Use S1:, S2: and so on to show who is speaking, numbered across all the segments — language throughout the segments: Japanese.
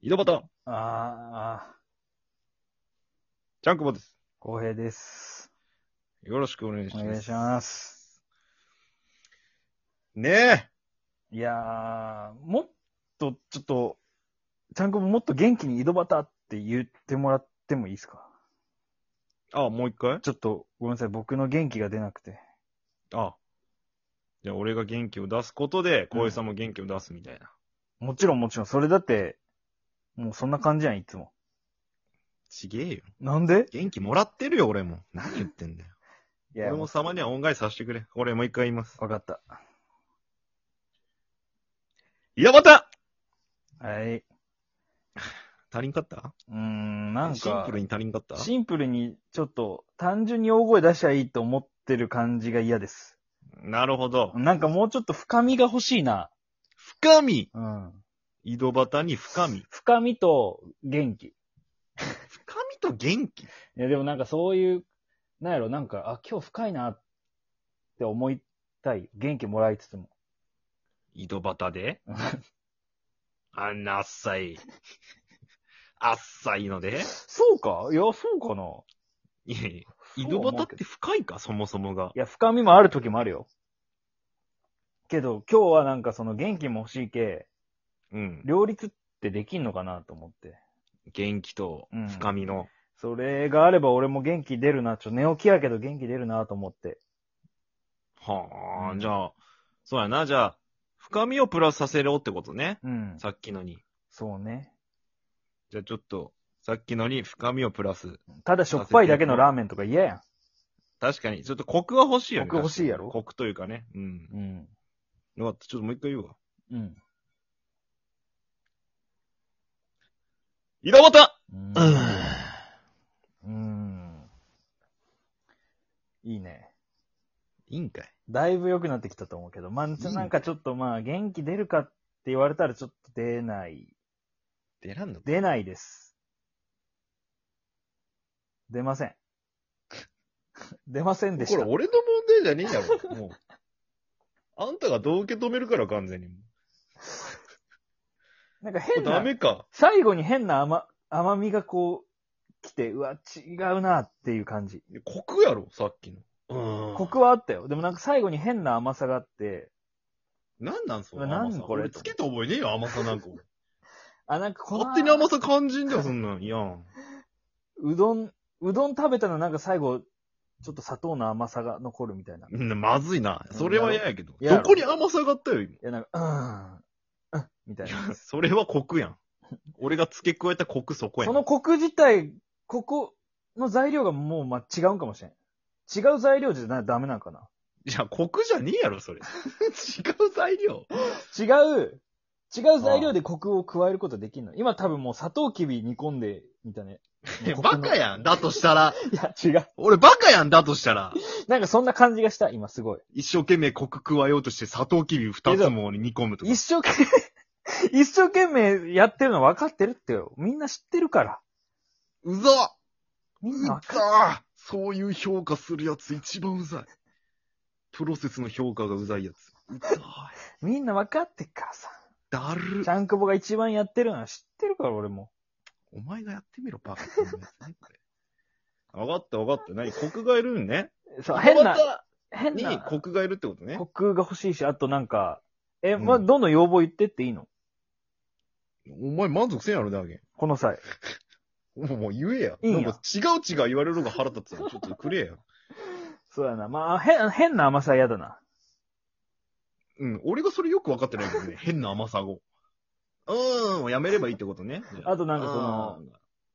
S1: 井戸端、
S2: ああ、
S1: ちゃんくぼです。
S2: 公平です。
S1: よろしくお願いし
S2: お
S1: ます。
S2: 願いします。
S1: ね
S2: いやー、もっと、ちょっと、ちゃんこももっと元気に井戸端って言ってもらってもいいですか
S1: え。あ、もう一回
S2: ちょっと、ごめんなさい、僕の元気が出なくて。
S1: あ。じゃあ、俺が元気を出すことで、浩平さんも元気を出すみたいな。
S2: もちろんもちろん、それだって、もうそんな感じやん、いつも。
S1: ちげえよ。
S2: なんで
S1: 元気もらってるよ、俺も。何言ってんだよ。
S2: い
S1: 俺も様には恩返しさせてくれ。俺もう一回言います。
S2: わかった。
S1: 井戸端
S2: はい。う
S1: 足りんかった
S2: ーん、なんか、
S1: シンプルに足りんかった
S2: シンプルにちょっと、単純に大声出しゃいいと思ってる感じが嫌です。
S1: なるほど。
S2: なんかもうちょっと深みが欲しいな。
S1: 深み
S2: うん。
S1: 井戸端に深み。
S2: 深みと元気。い
S1: 深みと元気
S2: や、でもなんかそういう、なんやろ、なんか、あ、今日深いなって思いたい。元気もらいつつも。
S1: 井戸端 であんなあっさい。あっさいので
S2: そうかいや、そうかない
S1: やいや
S2: そ
S1: 井
S2: うは
S1: 戸
S2: 思うけど
S1: 端って深いか、そもそもが
S2: い。や、深みもある時もあるよ。けど、今日はなんかその元気も欲しいけ、
S1: うん。
S2: 両立ってできんのかなと思って。
S1: 元気と深みの。
S2: それがあれば俺も元気出るな。ちょ、寝起きやけど元気出るなと思って。
S1: はあ、
S2: うん
S1: じゃあ、そうやな、じゃあ、深みをプラスさせろってことね。
S2: うん。
S1: さっきのに。
S2: そうね。
S1: じゃあちょっと、さっきのに深みをプラス。
S2: ただしょっぱいだけのラーメンとか嫌やん。
S1: 確かに、ちょっとコクは欲しいよね。
S2: コク欲しいやろ
S1: 確かにコクというかね。うん。
S2: うん。
S1: よかった、ちょっともう一回言うわ。
S2: うん。
S1: 井戸端
S2: うん
S1: うん。
S2: うーん。いいね。
S1: いいんかい。
S2: だいぶ良くなってきたと思うけど、まあ、
S1: いね
S2: なんかちょっとまあ、元気出るかって言われたらちょっと出ない。
S1: 出らんの
S2: 出ないです。出ません。 出ませんでし
S1: これ
S2: た。
S1: 俺の問題じゃねえやろ。もう。あんたがどう受け止めるから完全に。
S2: なんか変
S1: ダ
S2: な、
S1: メか。
S2: 最後に変な甘、甘みがこう、来て、うわ、違うなっていう感じ。
S1: コクやろ、さっきの。うん
S2: コクはあったよ。でもなんか最後に変な甘さがあって、
S1: なんなんその
S2: うわ
S1: 甘さ
S2: 何これ
S1: 俺つけた覚えねえよ、甘さなんか俺。
S2: あ、なんかこの
S1: 勝手に甘さ感じんだよ、そんなん。いやん。
S2: うどん、うどん食べたらなんか最後、ちょっと砂糖の甘さが残るみたいな。い
S1: うんまずいな。それは嫌やけど。
S2: やろ
S1: どこに甘さがあったよ、今。
S2: や、なんか、うーん、うん、みたいな。
S1: それはコクやん。俺が付け加えたコクそこやん。
S2: そのコク自体、ここの材料がもうま、違うんかもしれん。違う材料じゃなダメなんかな。
S1: いや、コクじゃねえやろ、それ。 違う材料。
S2: 違う、違う材料でコクを加えることできるの。今多分もう砂糖きび煮込んで、みたいな。
S1: えバカやん。だとしたら。
S2: いや、違う。
S1: 俺バカやん、だとしたら。
S2: なんかそんな感じがした、今すごい。
S1: 一生懸命コク加えようとして砂糖きび二つも煮込むとか
S2: 一。生懸命、一生懸命やってるの分かってるってよ。みんな知ってるから。
S1: うざ
S2: みん
S1: う
S2: な
S1: ざ
S2: 分か
S1: そういう評価するやつ一番うざい。プロセスの評価がうざいやつ。うざい。
S2: みんな分かってっからさ。
S1: だる
S2: ち。ゃんくぼが一番やってるのは知ってるから、俺も。
S1: お前がやってみろ、バカって言うやつね、これ。分かった分かった。何コクがいるんね。
S2: そう、変な、変
S1: に
S2: な、
S1: コクがいるってことね
S2: コ。クが欲しいし、あとなんか、え、
S1: うん
S2: まあ、どんどん要望言ってっていいの
S1: お前満足せんやろ、だけ。
S2: この際。
S1: もうもう言えや。
S2: いいん
S1: な
S2: や
S1: んか違う違う言われるのが腹立つわちょっとくれや。
S2: そうやな。まあ、変、変な甘さは嫌だな。
S1: うん。俺がそれよく分かってないけどね。変な甘さを。うーん。をやめればいいってことね。
S2: あとなんかその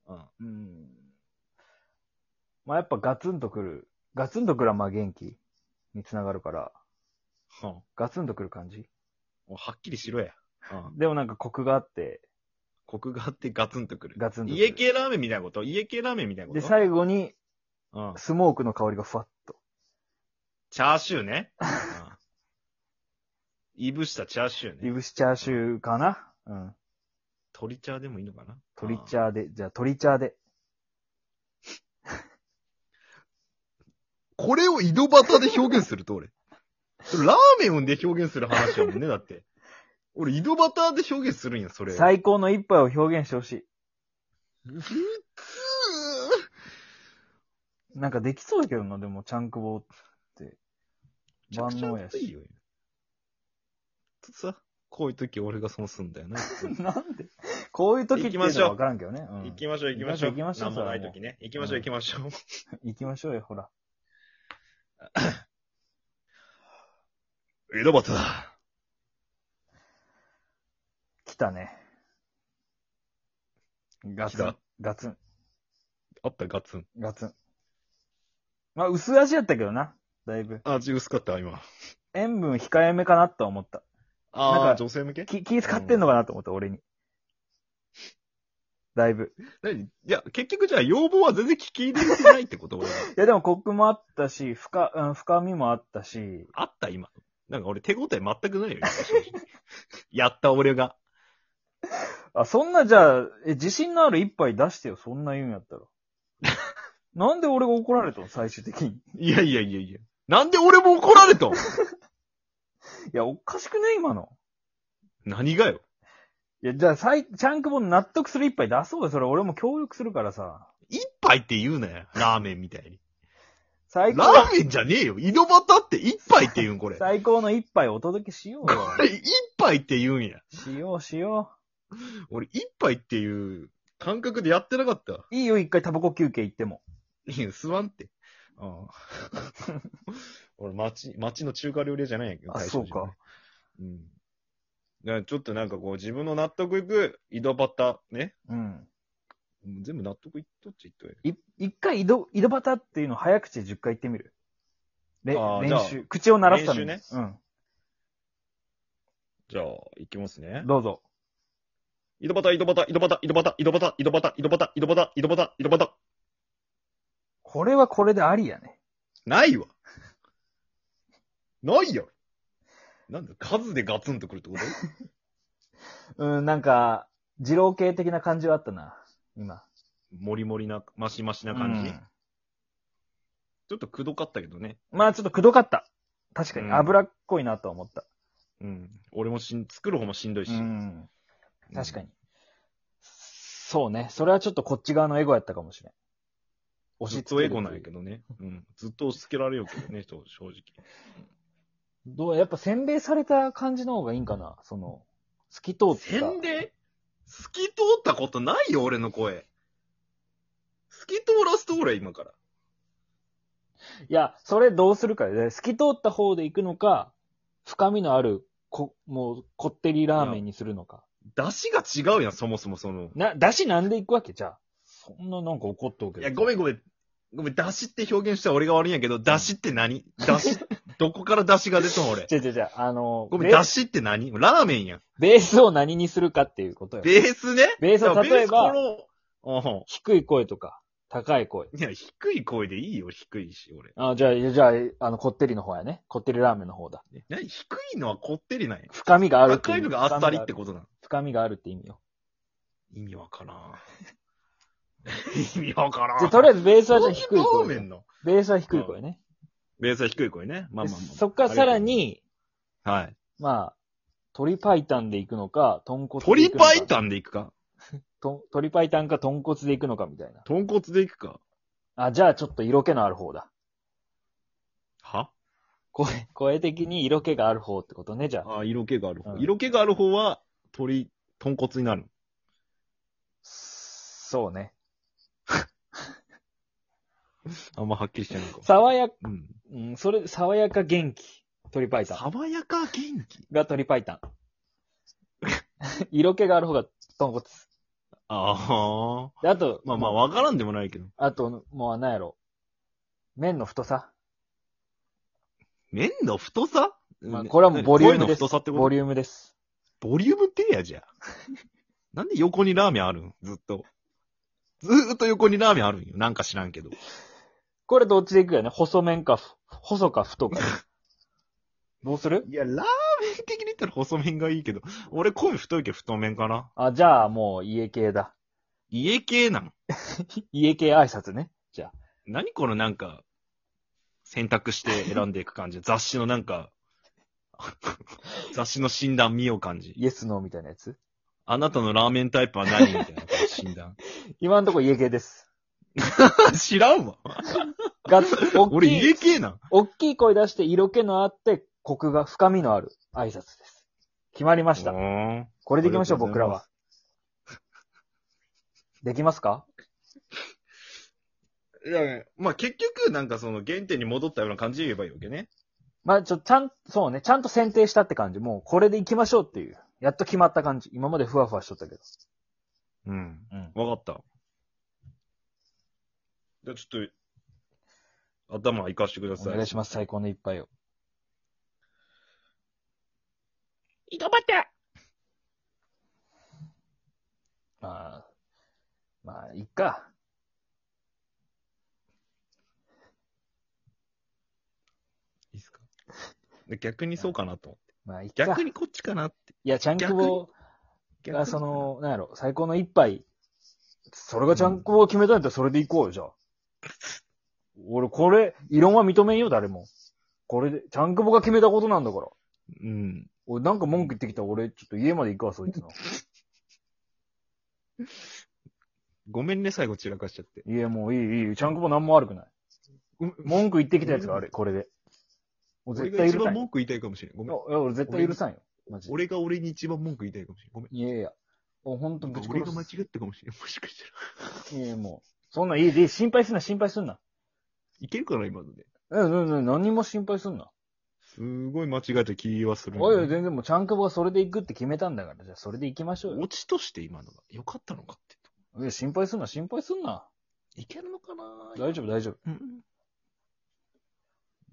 S1: あー、うん
S2: うん。まあ、やっぱガツンとくる。ガツンとくるはまあ元気につながるから、
S1: はあ
S2: ガツンとくる感じ。
S1: もうはっきりしろや。うん
S2: でもなんかコクがあって、
S1: コクがあってガツンとくる。
S2: ガツンとく
S1: 家
S2: る。
S1: 系ラーメンみたいなこと家系ラーメンみたいなこ
S2: で、
S1: と
S2: 最後に
S1: うん。
S2: スモークの香りがふわっと。
S1: チャーシューね。うんいぶしたチャーシュー
S2: い
S1: ね。
S2: ぶしチャーシューかなうん。
S1: 鶏チャーでもいいのかな
S2: 鶏チ
S1: ー。
S2: ャーで、じゃあ鶏チャーで。
S1: これを井戸端で表現すると俺。それラーメンで表現する話やもんね、だって。俺、井戸端で表現するんや、それ。
S2: 最高の一杯を表現してほし
S1: 普通
S2: い。なんかできそうだけどな、でも、ちゃんくぼって。
S1: めちゃく
S2: 万
S1: ちゃ
S2: 能や
S1: 熱い
S2: し。
S1: よ。とさ、こういう時俺が損すんだよな。
S2: なんでこういう時っていうのは分からんけどね。うん
S1: 行きましょう、行きましょう。
S2: 行きましょう行きましょう
S1: なんもない時ね。行きましょう、
S2: うん
S1: 行きましょう。
S2: 行きましょうよ、ほら。
S1: 井戸端だ。
S2: 来たね。ガツ
S1: 来
S2: ン
S1: た。
S2: ガツン。
S1: あった、ガッツン。
S2: ガツン。まあ、薄味やったけどな。だいぶ。
S1: あ、ち薄かった、今。
S2: 塩分控えめかなとは思った。
S1: あ
S2: な
S1: あ、
S2: んか
S1: 女性向け
S2: き気使ってんのかなと思った、俺に。だいぶ。
S1: 何いや、結局じゃあ要望は全然聞き入れてないってこと俺は
S2: いや、でもコクもあったし、深、うん、深みもあったし、
S1: あった、今。なんか俺手応え全くないよ、今正直やった俺が。
S2: あ、そんな、じゃあ、え、自信のある一杯出してよ、そんな言うんやった ら。なんで俺が怒られたの、最終的に。い
S1: いやいやいやいや。なんで俺も怒られたん
S2: や、おかしくね、今の。
S1: 何がよ。
S2: いや、じゃあ、最、ちゃんくぼの納得する一杯出そうよ、それ。俺も協力するからさ。
S1: 一杯って言うなよ。ラーメンみたいに。
S2: 最
S1: ラ
S2: 高、
S1: ーメンじゃねえよ。井戸端って一杯って言うん、これ。こ
S2: 最高の一杯お届けしようよ。
S1: れ一杯って言うんや。
S2: しよう、しよ
S1: 俺一杯っていう感覚でやってなかった。
S2: う。いいよ、一回タバコ休憩行っても。
S1: いや、吸わんって。ああ 俺、町、町の中華料理屋じゃないんやけど。
S2: あ
S1: 大将じゃない
S2: そうか。
S1: うん。だからちょっとなんかこう、自分の納得いく井戸端、ね。
S2: うん。
S1: もう全部納得いっとっちゃいっとや
S2: い、一回井戸、井戸端っていうのを早口で10回言ってみる。れ
S1: あー
S2: 練習。口を鳴らすために。
S1: 練習じゃあ、いきます
S2: う
S1: ね
S2: ん。。どうぞ。
S1: 井戸端、井戸端、井戸端、井戸端、井戸端、井戸端、井戸端、井戸端、井戸端、井戸端。
S2: これはこれでありやね。
S1: ないわ。ないやろ。なんだ、数でガツンとくるってこと
S2: うん、なんか、二郎系的な感じはあったな。今。
S1: もりもりな、マシマシな感じ。
S2: うん
S1: ちょっとくどかったけどね。
S2: まあちょっとくどかった。確か
S1: う
S2: に
S1: ん
S2: 脂っこいなとは思った。
S1: うん。俺もしん、作る方もしんどいし。
S2: うん。確か
S1: に。
S2: に。そうね。それはちょっとこっち側のエゴやったかもしれん。押
S1: ずっ
S2: し付
S1: と
S2: け
S1: エ
S2: るとい
S1: ゴ
S2: う
S1: なんやけどね。うん。ずっと押し付けられようけどね、と正直。
S2: どうやっぱ洗礼された感じの方がいいんかなその、透き通った。
S1: 洗礼透き通ったことないよ、俺の声。透き通らすと俺、今から。
S2: いや、それどうするかで、透き通った方で行くのか、深みのある、こ、もう、こってりラーメンにするのか。
S1: 出汁が違うやん、そもそもその。
S2: な、だしなんで行くわけじゃあ。そんななんか怒っとうけ
S1: い
S2: ど。
S1: や、ごめんごめん。ごめん、出汁って表現したら俺が悪いんやけど、出汁って何出 汁、どこから出汁が出たの俺。
S2: 違う違う違う、あの、
S1: ごめん、
S2: ベ
S1: 出汁って何ラーメンやん。
S2: ベースを何にするかっていうことよ。
S1: ベースね。
S2: ベース
S1: だ
S2: を
S1: から
S2: 例えば
S1: ベースこのうん
S2: 低い声とか、高い声。
S1: いや、低い声でいいよ、低いし、俺。
S2: あじゃあ、じゃあ、あの、こってりの方やね。こってりラーメンの方だ。
S1: え何低いのはこってりなんや。
S2: 深みがあるって
S1: 高いのがあっさりってことなの。
S2: 深みがあるって意味よ。
S1: 意味わからん。 意味わからん。
S2: じゃあ、とりあえ
S1: ず、
S2: ずベースはじ
S1: そ
S2: ゃあ
S1: う
S2: 低い
S1: いうラーメン
S2: 声。
S1: の。
S2: ベースは低い声ね。
S1: ベースは低い声ね。まあまあ
S2: で
S1: まあ。
S2: そっからさらに、
S1: ありがとう。はい。
S2: まあ、鶏白湯で行くのか、豚骨で
S1: 鶏
S2: 行くのか。
S1: 白湯でいくか
S2: と鶏白湯か豚骨で行くのかみたいな。
S1: 豚骨でいくか
S2: あ、じゃあちょっと色気のある方だ。
S1: は
S2: 声、声的に色気がある方ってことね、じゃあ。
S1: あ、色気がある方。
S2: うん
S1: 色気がある方は、鶏、豚骨になる。
S2: そうね。
S1: あんまはっきりしてないか。
S2: 爽やか、
S1: うん。
S2: うん、それ、爽やか元気。鳥パイタン。
S1: 爽やか元気
S2: が鳥パイタン。 色気がある方が豚骨。
S1: ああ。
S2: で、あと、
S1: まあまあ、
S2: もう
S1: わからんでもないけど。
S2: あと、もう何やろ。麺の太さ。
S1: 麺の太さ
S2: まあ、これはもうボリューム
S1: 声の
S2: です。
S1: 太さってこと
S2: ボリュームです。
S1: ボリュームってや じゃん。なんで横にラーメンあるんずっと。ずーっと横にラーメンあるんよ。なんか知らんけど。
S2: これどっちで行くかね。細麺かふ、細か太 か。どうする
S1: いや、ラーメン的に言ったら細麺がいいけど、俺声太いけど太麺かな。
S2: あ、じゃあもう家系だ。
S1: 家系なん。
S2: 家系挨拶ね。じゃあ。
S1: 何このなんか、選択して選んでいく感じ。雑誌のなんか、雑誌の診断見よう感じ。
S2: イエスノーみたいなやつ。
S1: あなたのラーメンタイプは何みたいな診断。
S2: 今んとこ家系です。
S1: 知らんわ。
S2: がつ、大
S1: 俺
S2: きい
S1: 家、系なん。
S2: 大きい声出して色気のあって、コクが深みのある挨拶です。決まりました
S1: う。ーん
S2: これでいきましょう、
S1: ありが
S2: 僕
S1: と
S2: ら
S1: うございま
S2: は。できますか
S1: いやね、まあ、結局、なんかその原点に戻ったような感じで言えばいいわけね。
S2: まあ、ちょ、ちゃん、そうね、ちゃんと選定したって感じ。もう、これでいきましょうっていう。やっと決まった感じ。今までふわふわしとったけど。
S1: うん。
S2: うん。
S1: わかった。じゃあちょっと、頭いかしてくだ
S2: お
S1: さい。
S2: 願いします、最高の一杯を。
S1: 頑張って
S2: まあ、まあ、いっか。
S1: いいっすかで逆にそうかなと思って。
S2: まあ、いっか
S1: 逆。にこっちかなって。
S2: いや、ちゃんくぼ
S1: 逆
S2: が、
S1: に
S2: そ、の、なんやろ、最高の一杯。それがちゃんくぼが決めたんやったらそれでいこうよ、じゃあ。俺、これ、異論は認めんよ、誰も。これで、ちゃんくぼが決めたことなんだから。
S1: うん。
S2: 俺、なんか文句言ってきたら俺、ちょっと家まで行くわ、そいつの。
S1: ごめんね、最後散らかしちゃって。
S2: いや、もういい、いい。ちゃんくぼなんも悪くない。文句言ってきたやつがあれ、これで。もう
S1: 俺
S2: 絶
S1: が
S2: 対
S1: 一
S2: 許さ
S1: 番
S2: んよ。
S1: 文句言いたいかもしれん。ご
S2: い
S1: め
S2: や
S1: ん。、
S2: 俺絶対許さんよ。マジで。
S1: 俺が俺に一番文句言いたいかもしれん。ごめん。
S2: いやいや。もうほんとぶち
S1: 俺が間違
S2: 殺
S1: ったかもしれん。もしかしたら。
S2: す。いやいや、もう。そんなんいいでいい。心配すんな、心配すんな。
S1: いけるかな、今ので。
S2: うんうんうん、何も心配すんな。
S1: すごい間違えた気はするんだ
S2: お
S1: ね、
S2: いおい、全然もう、ちゃんくぼがそれで行くって決めたんだから、じゃあそれで行きましょうよ
S1: 落ちとして今のが良かったのかっ。
S2: いや、心配すんな、心配すんな。
S1: て。いけるのかな
S2: 大丈夫、大丈夫。
S1: うん。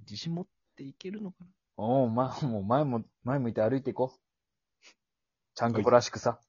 S1: 自信持っていけるのかな
S2: おう、ま、もう前も、前向いて歩いていこう。ちゃんくぼらしくさ。